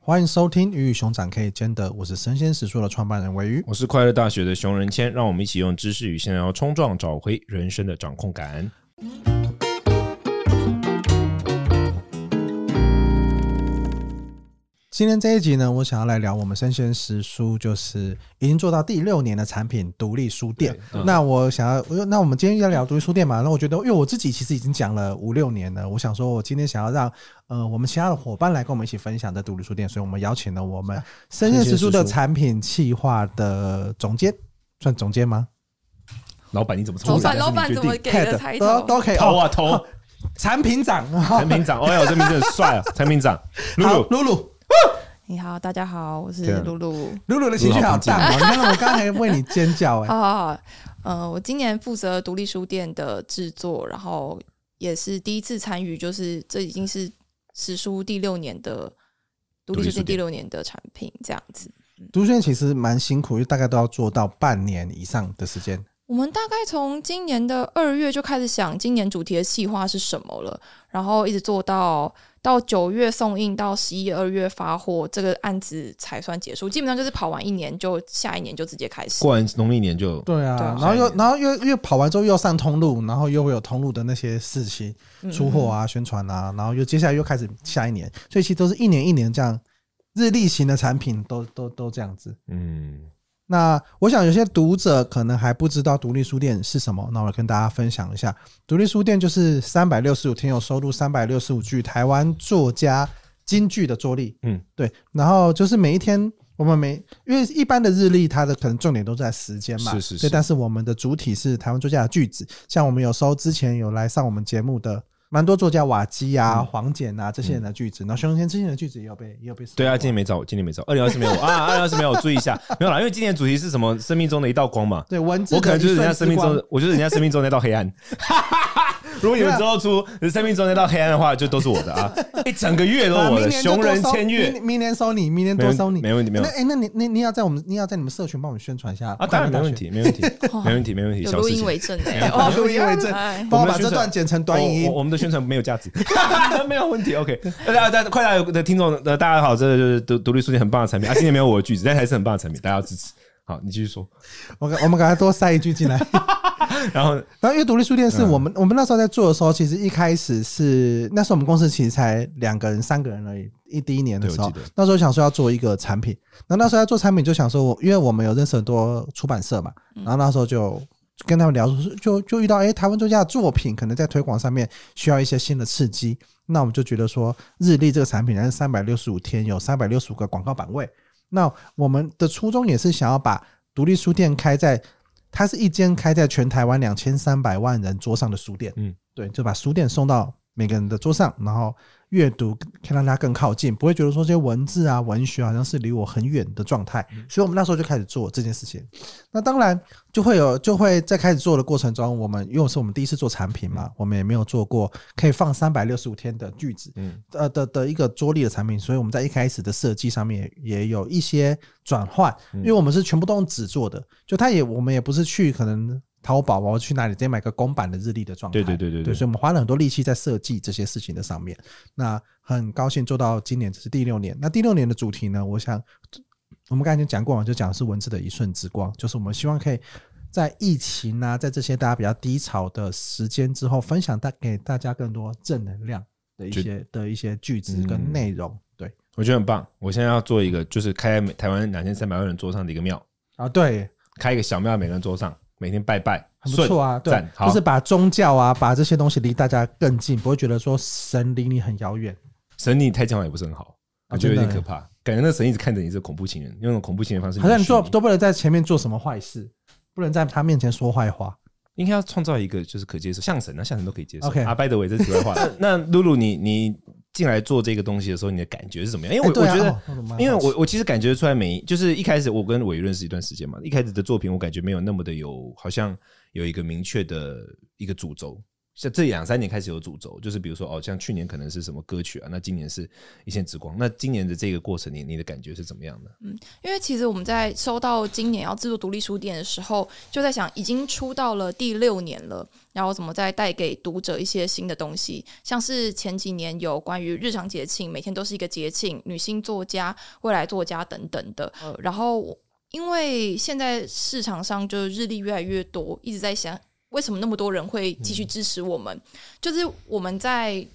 欢迎收听《鱼与熊掌可以兼得》，我是生鲜食宿的创办人维鱼。我是快乐大学的熊仁谦，让我们一起用知识与闲聊冲撞，找回人生的掌控感。今天这一集呢，我想要来聊我们生鲜食书，就是已经做到第六年的产品独立书店。嗯那我想要，我就那我们今天要聊独立书店嘛？那我觉得，因为哦我自己其实已经讲了五六年了，我想说，我今天想要让呃我们其他的伙伴来跟我们一起分享这独立书店，所以我们邀请了我们生鲜食书的产品企划的总监，算总监吗？老板，你怎么出老来板，的？老板是你决怎么定给 Head，的抬都头？都可以，头哦啊头？产品长，哦产品长，哎呦，这名字很帅啊！ 产品长，露好露露，露。你好，大家好，我对是啊露露。露露的情绪好淡哦！你看我刚才为你尖叫哎、好好好，呃，我今年负责独立书店的制作，然后也是第一次参与，就是这已经是史书第六年的独独立立书书店店第六年的产品，这样子。读书人其实蛮辛苦，就大概都要做到半年以上的时间。我们大概从今年的二月就开始想今年主题的计划是什么了，然后一直做到到九月送印，到十一二月发货，这个案子才算结束。基本上就是跑完一年就下一年就直接开始。过完农历年就对啊，对啊然后又下一年然后又又跑完之后又要上通路，然后又会有通路的那些事情，嗯出货啊、宣传啊，然后又接下来又开始下一年，所以其实都是一年一年这样，日历型的产品都都都这样子。嗯，那我想有些读者可能还不知道独立书店是什么，那我来跟大家分享一下。独立书店就是三百六十五天有收录三百六十五句台湾作家金句的桌历，嗯，对。然后就是每一天我们每因为一般的日历它的可能重点都在时间嘛，是是是对。但是我们的主体是台湾作家的句子，像我们有收之前有来上我们节目的。蛮多作家瓦基啊、嗯黄简啊这些人的句子，然后熊先之前的句子也有被也有被收对啊，录今年没找我，今年没找我，二零二四没有我啊，二零二四没有我，注意一下， 没有啦，因为今年主题是什么？生命中的一道光嘛，对文字我可能就是人家生命一瞬之光中，我就是人家生命中那道黑 暗。如果你们之后出生命中那道黑暗的话，就都是我的 啊，一整个月都啊是我明的，年就熊多人收签约明明年收你，明年没多问收你，没问题没问那哎、那你你你要在我们，你要在你们社群帮我们宣传一下啊，当然没问。题，没问题，没问题，没问题，有小录事音情。为证的、 没有哦，录音为证哎帮我把我们的宣这传段剪成短影音我我我们的宣传没有价值， 没有问题。OK，大呃家大家快乐的听众呃，大家好，这就是独独立书店很棒的产品啊，今年没有我的句子，但还是很棒的产品，大家要支持。好，你继续说。我我们赶快多塞一句进来。嗯然后然后，因为独立书店嗯是我们、我们那时候在做的时候，其实一开始是那时候我们公司其实才两个人、三个人而已。一第一年的时候对我记得，那时候想说要做一个产品，然后那时候要做产品就想说我，因为我们有认识很多出版社嘛，然后那时候就跟他们聊，就就遇到哎、诶台湾作家的作品可能在推广上面需要一些新的刺激，那我们就觉得说日历这个产品它是三百六十五天有三百六十五个广告版位，那我们的初衷也是想要把独立书店开在，它是一间开在全台湾两千三百万人桌上的书店，嗯，对，就把书店送到每个人的桌上，然后阅读可以让大家更靠近，不会觉得说这些文字啊、文学好像是离我很远的状态，所以我们那时候就开始做这件事情。那当然就会有，就会在开始做的过程中，我们因为是我们第一次做产品嘛，我们也没有做过可以放三百六十五天的句子，嗯呃的的一个桌立的产品，所以我们在一开始的设计上面也也有一些转换，因为嗯我们是全部都用纸做的，就它也我们也不是去可能淘宝啊去哪里直接买个公版的日历的状态，对对对对对所以我们花了很多力气在设计这些事情的上面。那很高兴做到今年这是第六年，那第六年的主题呢，我想我们刚才已经讲过了，就讲的是文字的一瞬之光，就是我们希望可以在疫情啊，在这些大家比较低潮的时间之后，分享大给大家更多正能量的一就嗯些的一些句子跟内容。对我觉得很棒，我现在要做一个就是开在台湾两千三百万人桌上的一个庙，啊，对，开一个小庙，每个人桌上每天拜拜，很不错啊，顺对赞，好，就是把宗教啊，把这些东西离大家更近，不会觉得说神离你很遥远。神力太强也不是很好，啊我觉得有真点的可怕，感觉那神一直看着你是恐怖情人，用那种恐怖情人的方式好凝像视你。你做都不能在前面做什么坏事，不能在他面前说坏话。应该要创造一个就是可接受，像神啊，像神都可以接受。 OK 啊，拜德伟这是题外 话。那露露，你你进来做这个东西的时候，你的感觉是怎么样？因为哎我、对啊我觉得。哦那怎么办因为我我其实感觉出来每，就是一开始我跟伟认识一段时间嘛，一开始的作品我感觉没有那么的有，好像有一个明确的一个主轴，像这两三年开始有主轴，就是比如说哦，像去年可能是什么歌曲啊，那今年是一线之光，那今年的这个过程，你你的感觉是怎么样的？因为其实我们在收到今年要制作独立书店的时候，就在想已经出到了第六年了，然后怎么再带给读者一些新的东西，像是前几年有关于日常节庆，每天都是一个节庆，女性作家、未来作家等等的，呃、然后我因为现在市场上就是日历越来越多，一直在想为什么那么多人会继续支持我们，就是我们在。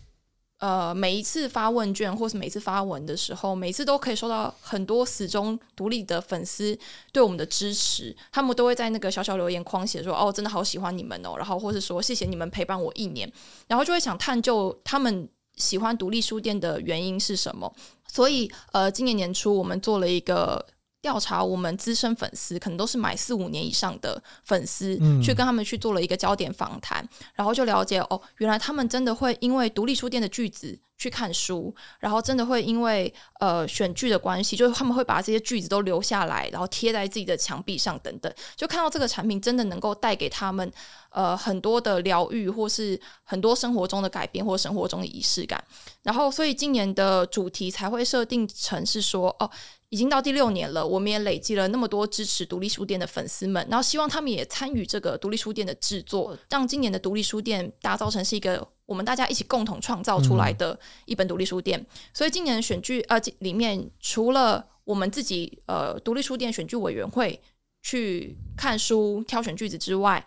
呃，每一次发问卷或是每次发文的时候，每次都可以收到很多死忠独立的粉丝对我们的支持，他们都会在那个小小留言框写说：“哦，真的好喜欢你们哦。”然后或是说：“谢谢你们陪伴我一年。”然后就会想探究他们喜欢独立书店的原因是什么。所以，呃，今年年初我们做了一个调查，我们资深粉丝可能都是买四五年以上的粉丝，嗯去跟他们去做了一个焦点访谈，然后就了解哦，原来他们真的会因为独立书店的句子去看书，然后真的会因为呃选剧的关系，就是他们会把这些句子都留下来，然后贴在自己的墙壁上等等，就看到这个产品真的能够带给他们呃很多的疗愈，或是很多生活中的改变，或生活中的仪式感。然后，所以今年的主题才会设定成是说，哦，已经到第六年了，我们也累积了那么多支持独立书店的粉丝们，然后希望他们也参与这个独立书店的制作，让今年的独立书店打造成是一个我们大家一起共同创造出来的一本独立书店。所以今年的选剧呃这里面，除了我们自己呃独立书店选剧委员会去看书挑选句子之外，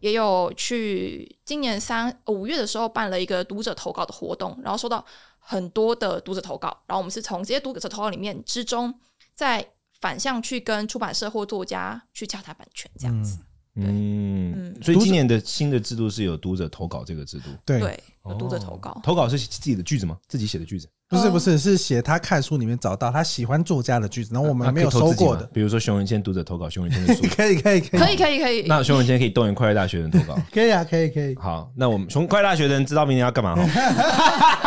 也有去今年三呃五月的时候办了一个读者投稿的活动，然后收到很多的读者投稿，然后我们是从这些读者投稿里面之中，再反向去跟出版社或作家去洽谈版权这样子。嗯，所以今年的新的制度是有读者投稿这个制度，嗯对，对，有读者投稿。哦投稿是自己的句子吗？自己写的句子，不是不是，是写他看书里面找到他喜欢作家的句子，然后我我们没有收过的。 ，比如说熊仁谦读者投稿熊仁谦 的书可以可以可以可以可以可以，那熊仁谦可以动员快乐大学人投稿。可以啊，可以可以。好，那我们从快乐大学的人知道明年要干嘛哈。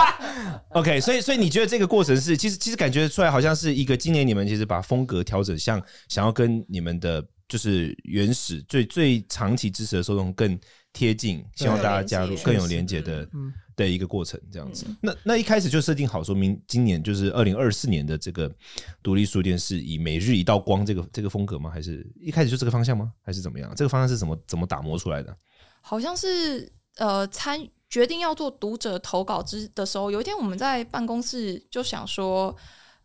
OK，所以所以你觉得这个过程是，其实其实感觉出来好像是一个今年你们其实把风格调整向想要跟你们的就是原始最最长期支持的受众更贴近，希望大家加入更有连接的嗯的一个过程，这样子。那那一开始就设定好，说明今年就是二零二四年的这个独立书店是以每日一道光这个这个风格吗？还是一开始就这个方向吗？还是怎么样？这个方向是怎么怎么打磨出来的？好像是呃参决定要做读者投稿之的时候，有一天我们在办公室就想说。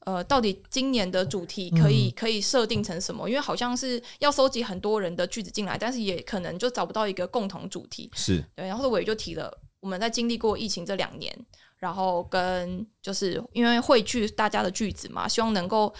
呃，到底今年的主题可以、可以设定成什么？因为好像是要收集很多人的句子进来，但是也可能就找不到一个共同主题。是对，然后我也就提了，我们在经历过疫情这两年，然后跟就是因为汇聚大家的句子嘛，希望能够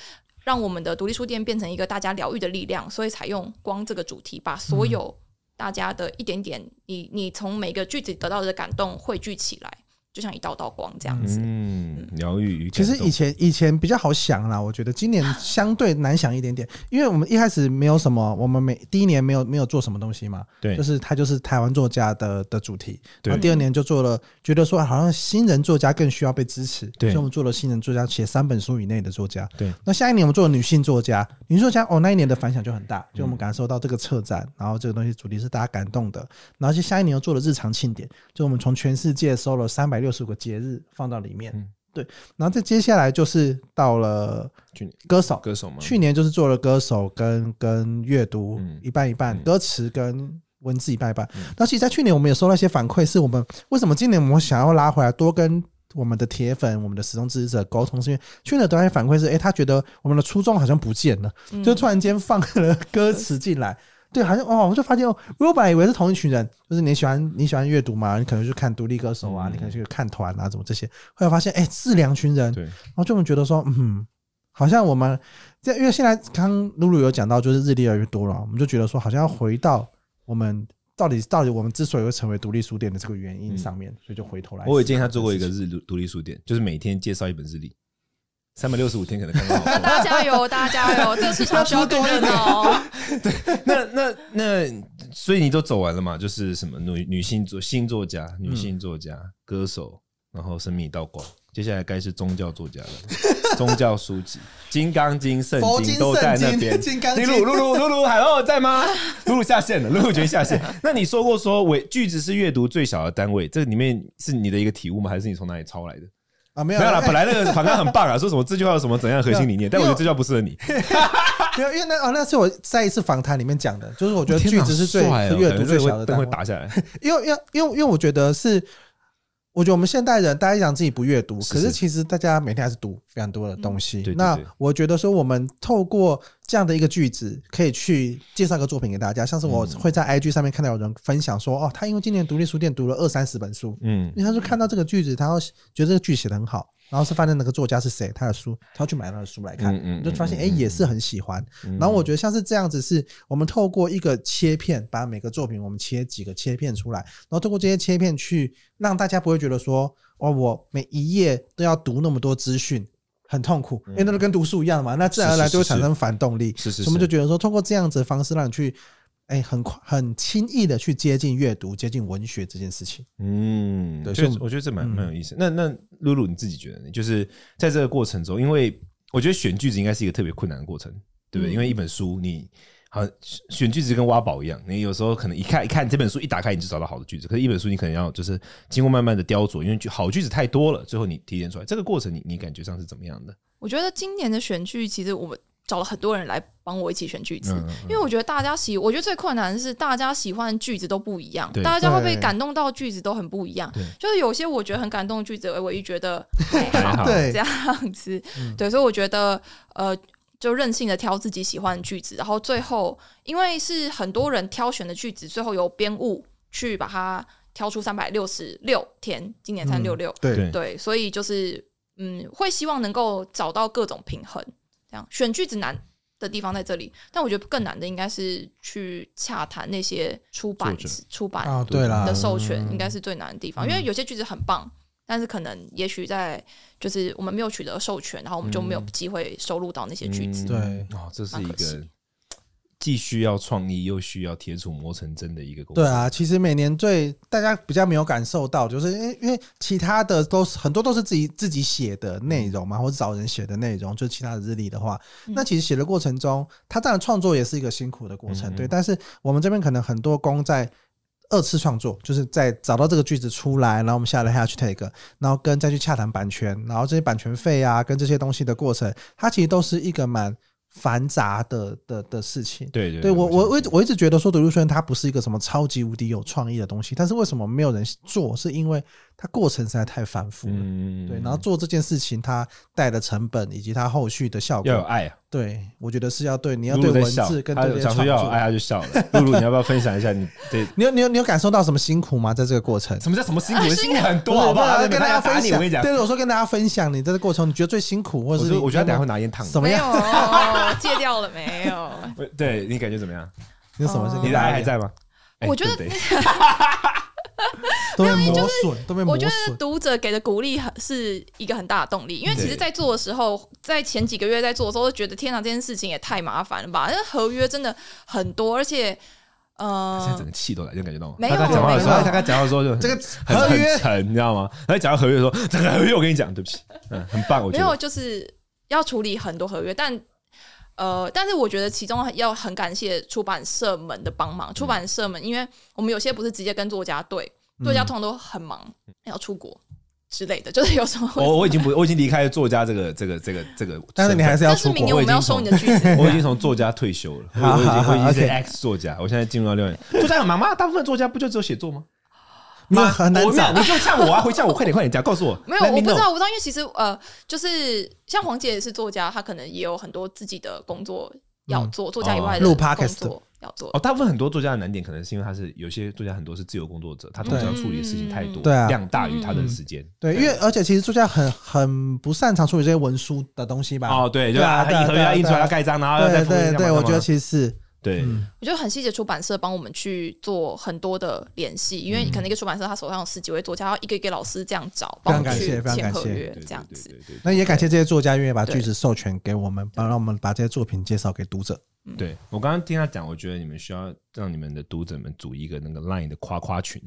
让我们的独立书店变成一个大家疗愈的力量，所以采用光这个主题，把所有大家的一点点，你你从每个句子得到的感动汇聚起来，就像一道道光这样子。嗯，疗愈与其感实动以前以前比较好想啦，我觉得今 年相对难想一点点，因为我们一开始没有什么，我们每第一年没有没有做什么东西嘛，对就是它就是台湾作家的的主题，对然后第二年就做了，觉得说好像新人作家更需要被支持，对所以我们做了新人作家写三本书以内的作家，对，那下一年我们做了女性作家，女性作家哦那一年的反响就很大，嗯就我们感受到这个策展，然后这个东西主题是大家感动的，然后就下一年又做了日常庆典，就我们从全世界收了三百六十五个节日放到里面，嗯对，然后再接下来就是到了去年歌手，歌手吗？去年就是做了歌手跟跟阅读嗯一半一半，嗯歌词跟文字一半一半。但是在去年我们也收到一些反馈，是我们为什么今年我们想要拉回来多跟。我们的铁粉、我们的始终支持者沟通，是因为去年有得到一些反馈是，诶，他觉得我们的初衷好像不见了，嗯就突然间放了歌词进来，对，好像哦，我就发现哦，我本来以为是同一群人，就是你喜欢你喜欢阅读嘛，你可能去看独立歌手啊，嗯你可能去看团啊，怎么这些，后来发现诶，是两群人，对，然后就会觉得说，嗯，好像我们这因为现在刚露露有讲到，就是日历越来越多了，我们就觉得说，好像要回到我们到底到底我们之所以会成为独立书店的这个原因上面，所以就回头来。嗯我有建议他做过一个，日独独立书店，就是每天介绍一本日历，三百六十五天可能看到好多。大家加油，大家加油！这个市场需要更热闹哦。 那那那，所以你都走完了嘛？就是什么女女性作新作家、嗯女性作家、歌手，然后生命一道光。接下来该是宗教作家了， 宗教书籍，《金刚经》《圣佛经经》都在圣那经边。金刚你经露露露露露海鸥在吗？ 露露下线了，露露决定 下线。那你说过说为句子是阅读最小的单位，这里面是你的一个体悟吗？还是你从哪里抄来的？啊，没有没有啦，哎本来那个反纲很棒啊，说什么这句话有什么怎样的核心理念，但我觉得这句话不适合你。没有，因为那哦，那是我在一次访谈里面讲的，就是我觉得句子是最哦是阅读最小的灯单会位，打下来。因为因为因为因为我觉得是，我觉得我们现代人大家讲自己不阅读，是可是其实大家每天还是读非常多的东西。对对那对我觉得说，我们透过这样的一个句子，可以去介绍一个作品给大家。像是我嗯会在 IG 上面看到有人分享说，哦，他因为今年独立书店读了二三十本书，嗯，因为他说看到这个句子，他要觉得这个句子写的很好，然后是发现那个作家是谁，他的书，他要去买他的书来看，嗯嗯嗯就发现哎、嗯嗯也是很喜欢。嗯然后我觉得像是这样子是，我们透过一个切片，把每个作品我们切几个切片出来，然后透过这些切片去让大家不会觉得说，哦，我每一页都要读那么多资讯。很痛苦，因为那就跟读书一样嘛，那自然而然就会是是是产生反动力。嗯是是所是以我们就觉得说，通过这样子的方式，让你去，哎、很快、很轻易的去接近阅读、接近文学这件事情。嗯，对所所以以我们我觉得这蛮嗯蛮有意思。那那露露你自己觉得呢？就是在这个过程中，因为我觉得选句子应该是一个特别困难的过程，对不对？嗯因为一本书你。好，选选句子跟挖宝一样，你有时候可能一看一看这本书一打开你就找到好的句子，可是一本书你可能要就是经过慢慢的雕琢，因为句好句子太多了，最后你提炼出来这个过程你，你感觉上是怎么样的？ 我觉得今年的选剧，其实我们找了很多人来帮我一起选句子，嗯嗯因为我觉得大家喜，我觉得最困难的是大家喜欢的句子都不一样对，大家会被对感动到句子都很不一样对。就是有些我觉得很感动的句子，我一 觉得 还好，对这，样子，嗯对，所以我觉得呃。就任性的挑自己喜欢的句子，然后最后因为是很多人挑选的句子，最后由编务去把它挑出三百六十六天，今年嗯三六六，对对对，所以就是嗯，会希望能够找到各种平衡。这样选句子难的地方在这里，但我觉得更难的应该是去洽谈那些出版作者嗯出版啊，对啦，的授权，嗯应该是最难的地方，因为有些句子很棒。但是可能也许在就是我们没有取得授权，然后我们就没嗯有机会收录到那些句子。对哦，这是蛮一可个惜既需要创意又需要铁杵磨成针的一个过程。对啊，其实每年最大家比较没有感受到，就是因为因为其他的都是很多都是自己自己写的内容嗯嘛，或者找人写的内容，就是其他的日历的话，那其实写的过程中，它当然创作也是一个辛苦的过程，嗯对。但是我们这边可能很多工在二次创作，就是在找到这个句子出来，然后我们下来 hashtag，然后跟再去洽谈版权，然后这些版权费啊，跟这些东西的过程，它其实都是一个蛮繁杂的的的事情。对对对我我我一相直信我一直觉得说读书圈它不是一个什么超级无敌有创意的东西，但是为什么没有人做？是因为它过程实在太繁复了。嗯对，然后做这件事情，它带的成本以及它后续的效要有果，爱啊，对我觉得是要对你要露对露在文笑字，跟他对这些想创说要有作爱，，他就笑了。露露，你要不要分享一下你对你有你有你有感受到什么辛苦吗？在这个过程，什么叫什么辛苦？啊辛苦很不多，是好不不是好？跟大家打分你，我享跟你讲，，对，我说跟大家分享，你在这过程中你觉得最辛苦，或我者是说你我觉得你等下有会没有拿烟烫你。什么样？没有戒掉了没有？对你感觉怎么样？你有什么事？嗯你的爱还在吗？哎我觉得嗯对不对都被磨损，都被我磨觉得损。读者给的鼓励很是一个很大的动力，因为其对实，在做的时候，在前几个月在做的时候，都觉得天哪，这件事情也太麻烦了吧？那合约真的很多，而且，呃现在，整个气都来，你有感觉到吗？没有他刚讲话的时候，没有他刚讲话的时候就这个很合约很沉，你知道吗？他在讲到合约的时候，整个合约我跟你讲，对不起，嗯，很棒，我觉没得有，就是要处理很多合约，但呃，但是我觉得其中要很感谢出版社们的帮忙。出版社们，因为我们有些不是直接跟作家对，作家通常都很忙，要出国之类的，就是有时候会。我我已经不，我已经离开作家这个这个这个这个，但是你还是要但出是明国年我们要收你的句 子，我已经从作家退休了，我好我已经好我已经是 OK X 作家，我现在进入到另外一个。作家很忙吗？大部分作家不就只有写作吗？没有妈很难我没有找你就呛我啊，回呛我，快点快点讲，告 诉我。没有， Let 我 me 不知 know 道，我不知道，因为其实呃，就是像黄姐也是作家，她可能也有很多自己的工作要做，作家以外的嗯哦录工 podcast 作要做。哦，大部分很多作家的难点，可能是因为他是有些作家很多是自由工作者，他同时要处理的事情太多，对啊量大于他的时间。对，因为而且其实作家很很不擅长处理这些文书的东西吧？哦，对，就对啊把对啊一合约对啊要印出来对啊要盖章，然后要再对复印对干嘛对，我觉干得嘛其实嗯对，我觉得很谢谢出版社帮我们去做很多的联系，因为可能一个出版社他手上有十几位作家，要一个一个老师这样找，非帮常我们感谢去非常签感合谢约对这样子。。对对对对那也感谢这些作家愿意把对句子授权给我们，帮让我们把这些作品介绍给读者。对我刚刚听他讲，我觉得你们需要让你 们的读者们组一个那个 Line 的夸夸群，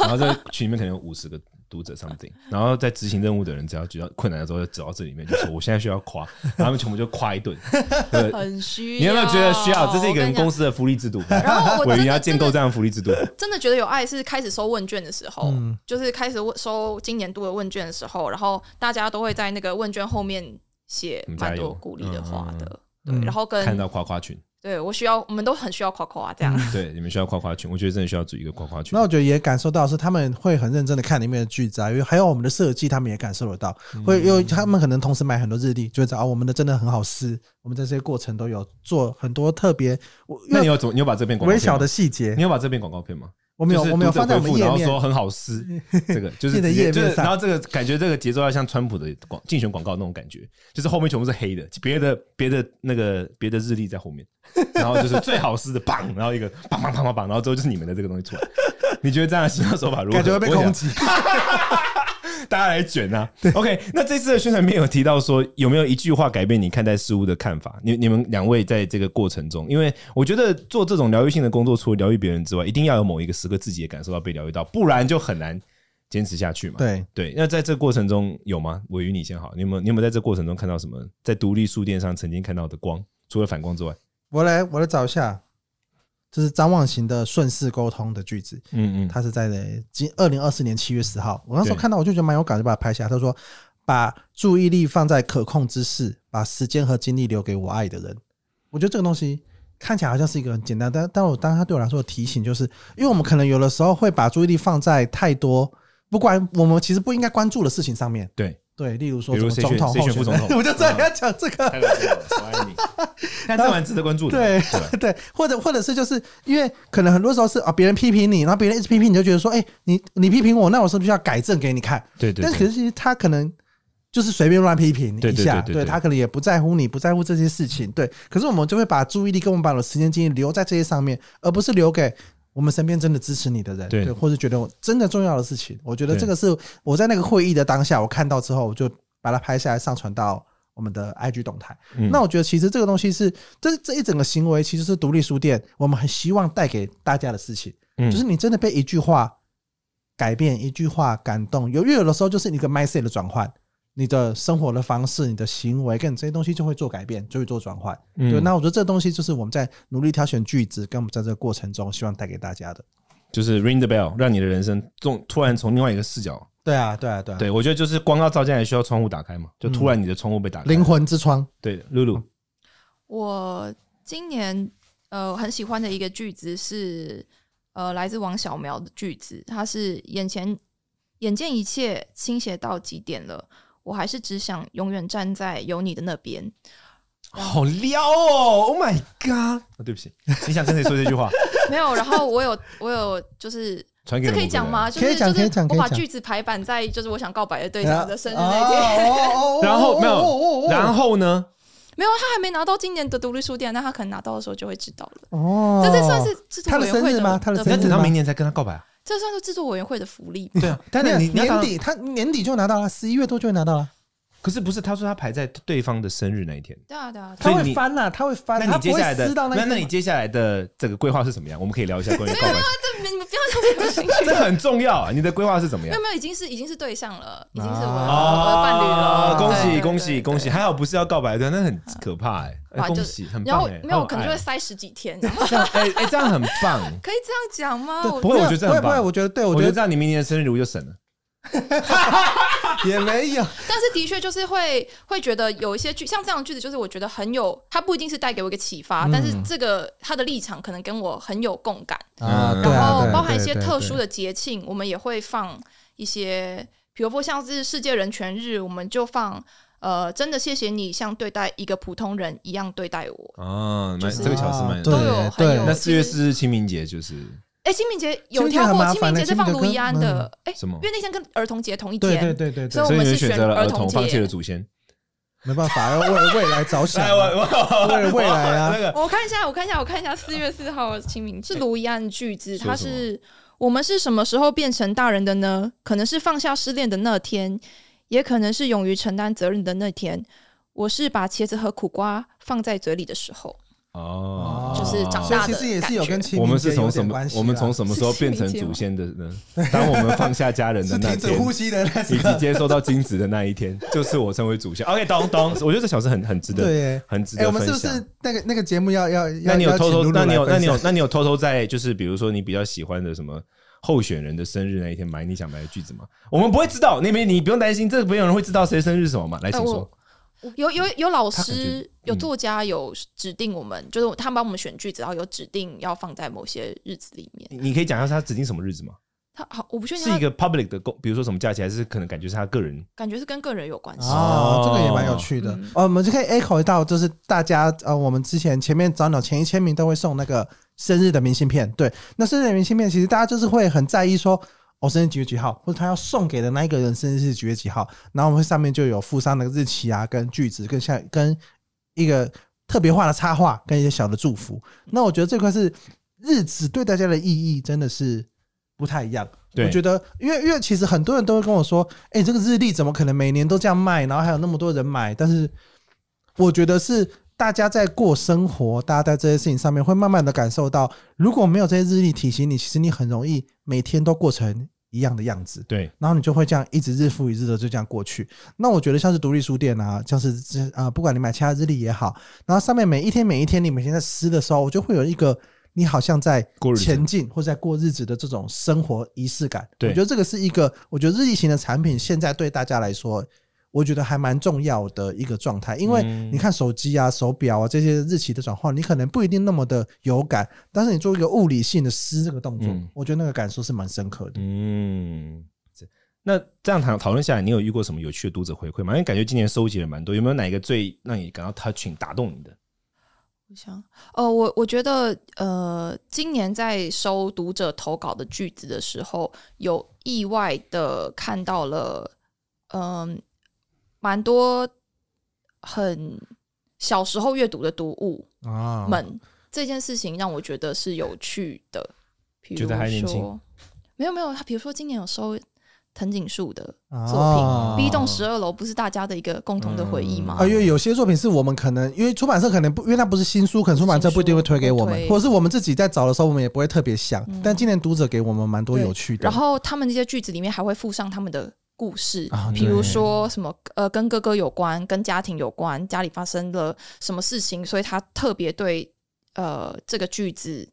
然后这个群里面可能有五十个读者 something，然后在执行任务的人只要觉得困难的时候，就走到这里面，就说我现在需要夸，然后他们全部就夸一 顿。对，很需要。你有没有觉得需要？这是一个我跟人你讲公司的福利制度，然 我后我真们的要建构这样的福利制度。真的觉得有爱是开始收问卷的时候，嗯就是开始问收今年度的问卷的时候，然后大家都会在那个问卷后面写嗯加蛮油多鼓励的话嗯嗯的，嗯对，然后看跟到夸夸群，对我需要，我们都很需要夸夸这样。嗯对，你们需要夸夸群，我觉得真的需要组一个夸夸群那。我觉得也感受到是他们会很认真的看里面的句子啊，因为还有我们的设计，他们也感受得到，嗯会因为他们可能同时买很多日历，就会知道、啊、我们的真的很好撕，我们在这些过程都有做很多特别，我因那为你有怎么？你有把这篇广告微片小的吗？细节你，有把这篇广告片吗？我们有就是我们有读者放在我回们复页然后面说，很 好撕，这个就是记得直接页面就是上然后这个感觉这个节奏要像川普的广竞选广告那种感觉，就是后面全部是黑的，别的别的那个别的日历在后面，然后就是最好撕的棒，然后一个棒棒棒棒棒，然后之后就是你们的这个东西出来。你觉得这样的行销手法如何？感觉会被我想攻击。大家来卷啊！OK，那这次的宣传片有提到说，有没有一句话改变你看待事物的看法？你你们两位在这个过程中，因为我觉得做这种疗愈性的工作，除了疗愈别人之外，一定要有某一个时刻自己也感受到被疗愈到，不然就很难坚持下去嘛。对， 对，那在这过程中有吗？我与你先好，你有没有你有没有在这过程中看到什么？在独立书店上曾经看到的光，除了反光之外，我来我来找一下，这是张望行的顺势沟通的句子，嗯嗯，他是在今二零二四年七月十号，我那时候对看到我就觉得蛮有感，就把它拍下来。他说：“把注意力放在可控之事，把时间和精力留给我爱的人。”我觉得这个东西看起来好像是一个很简单，但但我当它对我来说的提醒，就是因为我们可能有的时候会把注意力放在太多。不管我们其实不应该关注的事情上面，对，对，例如说比如什么总统谁选候谁选副选人总 统嗯我就知道你要讲这个，太了解了，我 爱你。但这蛮值得关注的，对对吧 对，或者或者是就是因为可能很多时候是啊，别人批评你，然后别人一直批评你，就觉得说，哎、你你批评我，那我是不是就要改正给你看？对对但是可对是其实他可能就是随便乱批评对一对下，对对对他可能也不在乎你，不在乎这些事情，对。可是我们就会把注意力跟我们把我的时间精力留在这些上面，而不是留给。我们身边真的支持你的人，对或是觉得我真的重要的事情，我觉得对这个是我在那个会议的当下，我看到之后，我就把它拍下来，上传到我们的 IG 动态。嗯那我觉得其实这个东西是这这一整个行为其实是独立书店我们很希望带给大家的事情，嗯就是你真的被一句话改变，一句话感动，有因为有的时候就是你一个 mindset 的转换。你的生活的方式、你的行为跟你这些东西就会做改变，就会做转换。嗯对，那我觉得这东西就是我们在努力挑选句子，跟我们在这个过程中希望带给大家的。就是 ring the bell，让你的人生从突然从另外一个视角，对啊，对啊，对啊，对我觉得就是光要照进来需要窗户打开嘛，就突然你的窗户被打开。嗯灵魂哦之窗。对，露露，我今年呃很喜欢的一个句子是呃来自王小苗的句子，它是眼前眼见一切倾斜到极点了，我还是只想永远站在有你的那边。好撩哦！Oh my god！啊，对不起，你想跟谁说这句话？没有，然后我有我有就是传给这我可以讲吗？？就是可以讲就可以是讲可我以把讲句子排版在就是我想告白的对然象后的生日那一天。哦哦哦哦哦哦哦然后没有，然后呢？没有，他还没拿到今年的独立书店，那他可能拿到的时候就会知道了。哦，这这算是制作他的委员会生日吗他的你生要日等到吗明年才跟他告白啊？这算是制作委员会的福利吧。对啊，但是没你有你要年当，底他年底就拿到了，十一月多就会拿到了。可是不是？他说他排在对方的生日那一天。对啊，对啊，他所以会你翻啦，他会翻，那你他接不下来会的撕到那一那天你接下来的这个规划是什么样？我们可以聊一下关于告 白，这你们不要这么心这虚。很重要啊！你的规划是怎么 没样有？没有，已经是已经是对象啊了，已经是我的、我的伴侣啊！了。恭对喜对恭对喜恭喜！还好不是要告白的，那很可怕哎、哎哇就恭是喜，很然棒后哎、没有，好可能就爱会哦塞十几 天。然后这 样哎哎、这样很棒。可以这样讲吗？对我不会，我觉得这不会很不会，棒。我觉得对我我觉这得样，你明年的生日礼物就省了。 也没有，但是的确就是会会觉得有一些句，像这样的句子，就是我觉得很有，它不一定是带给我一个启发，嗯但是这个他的立场可能跟我很有共感。啊嗯对啊然对后啊包含一些对啊特殊对啊的节庆，我们也会放一些，比如说像是世界人权日，我们就放呃，真的谢谢你像对待一个普通人一样对待我。哦，蛮就是这个巧思蛮有道都理。有对很有对那其四月实四日清明节就是哎，清明节清有明节跳很过，麻清烦明的节清是明放节卢跟怡安嗯的，哎，什么因为？那天跟儿童节同一对对天，对对对，所以我所以们你是选选择了儿儿童童，节放弃了祖先。没办法，要为未来着想哎，啊。我我为了未来啊那个 我看一下，我看一下，我看一下，四月四号的清明是卢一安句子，哎说它什么是我们是什么时候变成大人的呢？可能是放下失恋的那天，也可能是勇于承担责任的那天。我是把茄子和苦瓜放在嘴里的时候，哦，就是长所以大其的实也感是有觉跟情我们侣是间从有什点么关？系啦。啊我们从什么时候变成祖先的呢？当我们放下家人的是那停止天，呼吸的那时以及刻，接收到精子的那 一天，就是我成为祖先。OK，懂懂。我觉得这小事很很值得，对耶很值哎，得我们分是不享。是那个那个节目要要要？那你有要偷请偷？露露那你有来那分你有享那你有偷偷在就是比如说你比较喜欢的什么候选人的生日那一天买你想买的句子吗？我们不会知道，那边你不用担心，这个没有人会知道谁生日什么嘛。来，请哎我哦说。有有有老哦嗯他感觉嗯师、有作家有指定我们，就是他们帮我们选句子，然后有指定要放在某些日子里面。你你可以讲一下是他指定什么日子吗？他好，我不确定是他一个 public 的公，比如说什么假期，还是可能感觉是他个人感觉是跟个人有关系。哦，这个也蛮有趣的嗯。哦，我们就可以 echo 到，就是大家呃，我们之前前面早鸟前一千名都会送那个生日的明信片。对，那生日的明信片其实大家就是会很在意说。我、哦、生日几月几号，或者他要送给的那一个人生日是几月几号，然后我们上面就有附上那个日期啊，跟句子，跟下跟一个特别化的插画，跟一些小的祝福。那我觉得这块是日子对大家的意义真的是不太一样。对我觉得，因为因为其实很多人都会跟我说，哎、这个日历怎么可能每年都这样卖，然后还有那么多人买？但是我觉得是大家在过生活，大家在这些事情上面会慢慢的感受到，如果没有这些日历提醒你，其实你很容易每天都过成一样的样子。对然后你就会这样一直日复一日的就这样过去。那我觉得像是独立书店啊，像是这啊、不管你买其他日历也好，然后上面每一天每一天，你每天在撕的时候，我就会有一个你好像在过日子前进或在过日子的这种生活仪式感。对我觉得这个是一个，我觉得日历型的产品现在对大家来说。我觉得还蛮重要的一个状态，因为嗯你看手机啊、手表啊这些日期的转换，你可能不一定那么的有感，但是你做一个物理性的撕这个动作，嗯我觉得那个感受是蛮深刻的。嗯，这那这样讨讨论下来，你有遇过什么有趣的读者回馈吗？因为感觉今年收集了蛮多，有没有哪一个最让你感到 touching 打动你的？我想，呃，我我觉得，呃，今年在收读者投稿的句子的时候，有意外的看到了，嗯、蛮多很小时候阅读的读物嗯啊们，这件事情让我觉得是有趣的。比觉如得还年轻说，没有没有，他比如说今年有收藤井树的啊作品，B 栋十二楼》不是大家的一个共同的回忆吗？嗯哎啊，因为有些作品是我们可能，因为出版社可能不，因为它不是新书，可能出版社不一定会推给我新们，书或者是我们自己在找的时候，我们也不会特别想。嗯但今年读者给我们蛮多有趣的，然后他们这些句子里面还会附上他们的故嗯事，啊比如对说什么呃跟哥哥有关，跟家庭有关，家里发生了什么事情，所以他特别对呃这个句子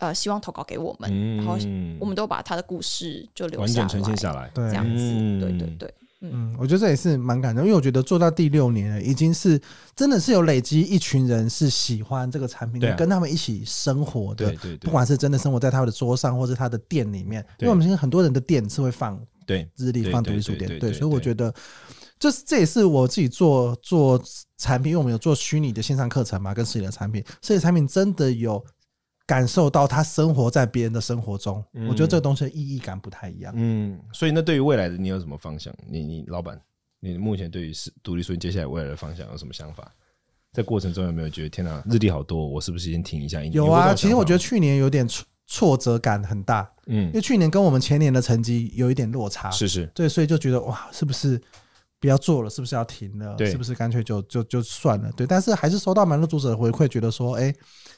呃希望投稿给我们，嗯，然后我们都把他的故事就留完下整呈来，现下来。对这样子，嗯对对对，嗯，我觉得这也是蛮感动，因为我觉得做到第六年了，已经是真的是有累积一群人是喜欢这个产品，对啊跟他们一起生活的对，不对对管是真的生活在他们的桌上，或是他的店里面，因对为我们现在很多人的店是会放对，日历对放独对立书对店对，对，对所以我对觉得就是这也是我自己做做产品，因为我们有做虚拟的线上课程嘛，跟实体的产品，实体产品真的有感受到他生活在别人的生活中，嗯我觉得这个东西的意义感不太一样。嗯，所以那对于未来的你有什么方向？你你老板，你目前对于是独立书店接下来未来的方向有什么想法？在过程中有没有觉得天哪，日历好多，我是不是先停一下？有啊，其实我觉得得，去年有点挫挫折感很大，嗯因，为去年跟我们前年的成绩有一点落差，是是，对，所以就觉得哇，是不是不要做了？是不是要停了？对是不是干脆就就就算了？对，但是还是收到蛮多读者的回馈，觉得说，哎、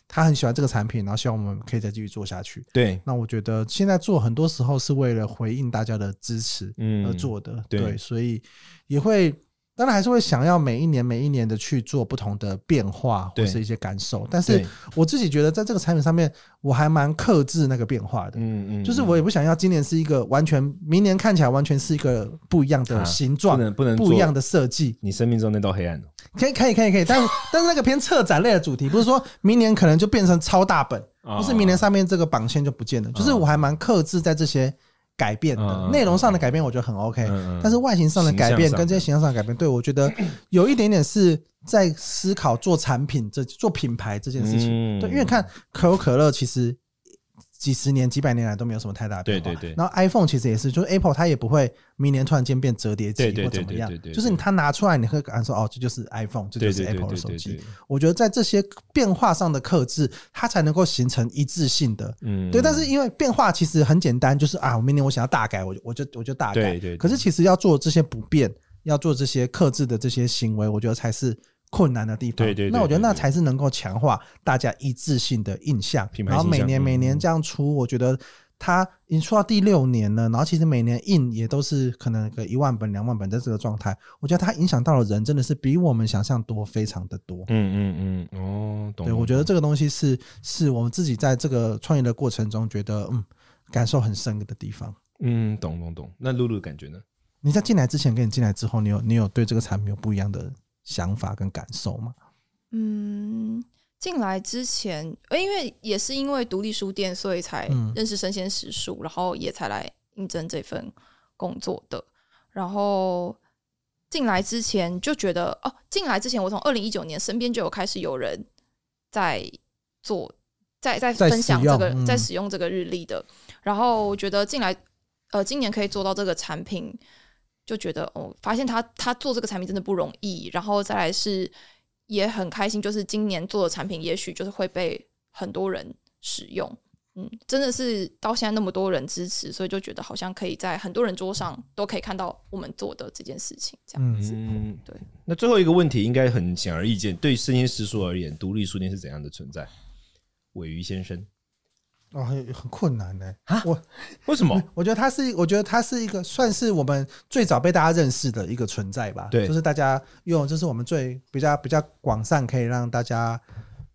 他很喜欢这个产品，然后希望我们可以再继续做下去。对，那我觉得现在做很多时候是为了回应大家的支持嗯而做的，对对，所以也会。当然还是会想要每一年每一年的去做不同的变化或对是一些感受，但是对，我自己觉得在这个产品上面，我还蛮克制那个变化的。嗯嗯，就是我也不想要今年是一个完全，明年看起来完全是一个不一样的形啊不状，能不能不一样的，的设计。你生命中那道黑暗哦可以，可以，可以，可以，但是但是那个偏策展类的主题，不是说明年可能就变成超大本，啊不是明年上面这个绑线就不见了，就是我还蛮克制在这些改变嗯的哦嗯内容上的改变，我觉得很 OK，嗯嗯但是外形上的改变形象上的跟这些形象上的改变，对我觉得有一点点是在思考做产品这做品牌这件事情。嗯对，因为看可口可乐其实几十年、几百年来都没有什么太大的变化。对对对然后 iPhone 其实也是，就是 Apple 它也不会明年突然间变折叠机对对或对怎么样对对对，对就是你它拿出来，你会感受哦，这就是 iPhone，这对就是对对 Apple 的对手对机对。，我觉得在这些变化上的克制，它才能够形成一致性的。嗯对，但是因为变化其实很简单，就是啊，我明年我想要大改，我就我就我就大改。对对对可是其实要做这些不变，要做这些克制的这些行为，我觉得才是困难的地方。对对对那我觉得那对对才是能够强化大家一致性的印象。品牌然后形每象年每嗯年这样出，我觉得它已经出到第六年了，然后其实每年印也都是可能个一万本、两万本的这个状态。我觉得它影响到的人真的是比我们想象多，非常的多。嗯嗯嗯，哦，懂。对，懂我觉得懂这个东西是是我们自己在这个创业的过程中觉得嗯感受很深的地方。嗯，懂懂懂。那露露感觉呢？你在进来之前跟你进来之后，你有你有对这个产品有不一样的想法跟感受吗？嗯，进来之前，呃因为也是因为独立书店，所以才嗯认识生鲜食书，然后也才来应征这份工作的。然后进来之前就觉得，哦，进来之前我从二零一九年身边就有开始有人在做，在在在分享使用这个，在嗯使用这个日历的。然后我觉得进来，呃，今年可以做到这个产品，就觉得哦，发现他他做这个产品真的不容易。然后再来是也很开心，就是今年做的产品，也许就是会被很多人使用。嗯，真的是到现在那么多人支持，所以就觉得好像可以在很多人桌上都可以看到我们做的这件事情，这样子。嗯，对。那最后一个问题应该很显而易见，对生鲜食书而言，独立书店是怎样的存在？尾鱼先生，哦，很很困难呢、啊我为什 么？我觉得它是，我觉得它是一个算是我们最早被大家认识的一个存在吧。对就是大家用，这是我们最比较比较广泛可以让大家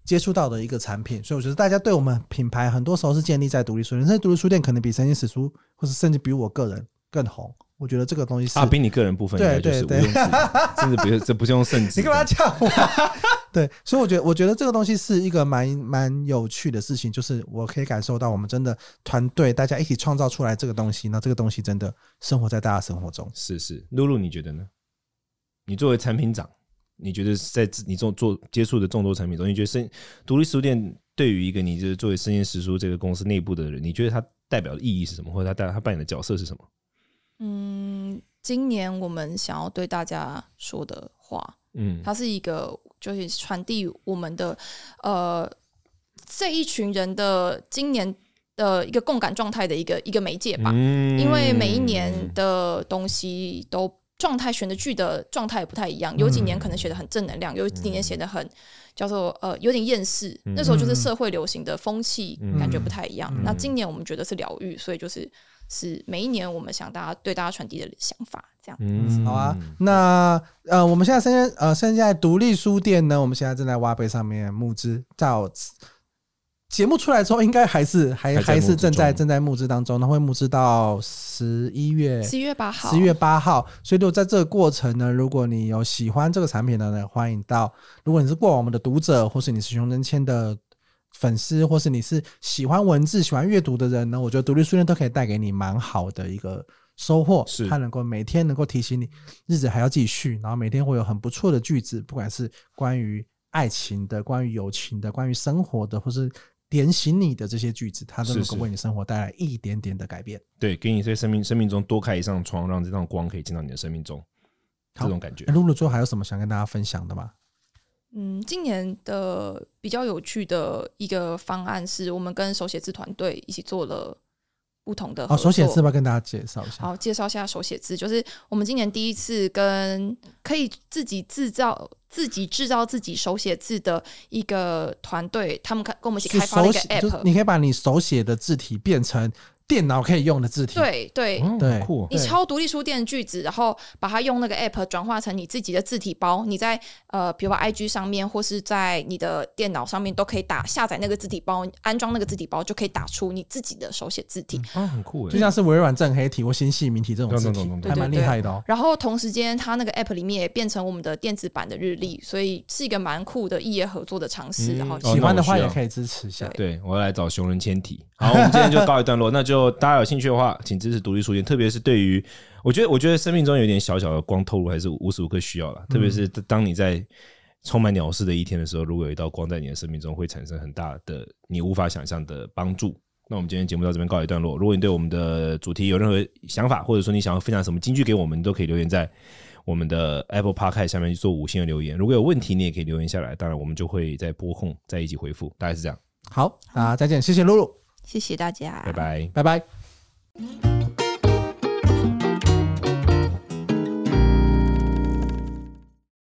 接触到的一个产品。所以我觉得大家对我们品牌很多时候是建立在独立书店，甚至独立书店可能比神经史书，或是甚至比我个人更红。我觉得这个东西是啊，比你个人部分应对该就是毋对庸置疑，真的不是这不 是用圣旨的。 你干嘛叫我？啊 对，所以我觉得，我觉得这个东西是一个蛮蛮有趣的事情，就是我可以感受到，我们真的团队大家一起创造出来这个东西，那这个东西真的生活在大家生活中。是是，露露，你觉得呢？你作为产品长，你觉得在自你做做接触的众多产品中，你觉得生独立书店对于一个你就是作为生鲜食书这个公司内部的人，你觉得它代表的意义是什么，或者它代它扮演的角色是什么？嗯，今年我们想要对大家说的话，嗯它是一个就是传递我们的呃这一群人的今年的一个共感状态的一个一个媒介吧。嗯因为每一嗯年的东西都状态选的剧的状态也不太一样，有嗯几年可能写的很正能量，有几年写的很叫做呃有点厌世，嗯那时候就是社会流行的风气嗯感觉不太一样。嗯那今年我们觉得是疗愈，所以就是是每一年我们想大家对大家传递的想法这样。嗯好啊，那呃，我们现在现在呃，现在独立书店呢，我们现在正在挖贝上面募资，到节目出来之后，应该还是还还在还是募资正在中正在募资当中，那会募资到十一月十一月八号，十一月八号。所以，如果在这个过程呢，如果你有喜欢这个产品的呢，欢迎到。如果你是过往我们的读者，或是你是熊真谦的粉丝，或是你是喜欢文字、喜欢阅读的人呢，我觉得独立书店都可以带给你蛮好的一个。收获是它能够每天能够提醒你，日子还要继续，然后每天会有很不错的句子，不管是关于爱情的、关于友情的、关于生活的，或是点醒你的这些句子，它都是能够是为你生活带来一点点的改变。对，给你在生命生命中多开一扇窗，让这道光可以进到你的生命中，好这种感觉那。露露最后还有什么想跟大家分享的吗？嗯，今年的比较有趣的一个方案是我们跟手写字团队一起做了不同的哦，合手写作字要不要跟大家介绍一下。好，介绍一下手写字，就是我们今年第一次跟可以自己制造、自己制造自己手写字的一个团队，他们开跟我们一起是开发了手一个写，就是 app。你可以把你手写的字体变成电脑可以用的字体。，对对，嗯对好酷哦你对抄独立书店的句子，然后把它用那个 app 转化成你自己的字体包，你在呃，比如说 IG 上面或是在你的电脑上面都可以打下载那个字体包，安装那个字体包就可以打出你自己的手写字体。啊，很酷哎，就像是微软正黑体或新系明体这种字懂体懂懂，懂还蛮厉害的哦。然后同时间，它那个 app 里面也变成我们的电子版的日历，所以是一个蛮酷的异业合作的尝试。嗯然后哦喜欢的话那我需也要可以支持一下。对，我要来找熊人签体。好，我们今天就告一段落。那就大家有兴趣的话，请支持独立书店，特别是对于我觉得，我觉得生命中有点小小的光透露，还是无时无刻需要了。特别是当你在充满鸟事的一天的时候，如果有一道光在你的生命中，会产生很大的你无法想象的帮助。那我们今天节目到这边告一段落。如果你对我们的主题有任何想法，或者说你想要分享什么金句给我们，你都可以留言在我们的 Apple Podcast 下面去做五星的留言。如果有问题，你也可以留言下来，当然我们就会在播控在一起回复。大概是这样。好，啊，再见，谢谢露露，谢谢大家，拜拜。拜拜。 Thank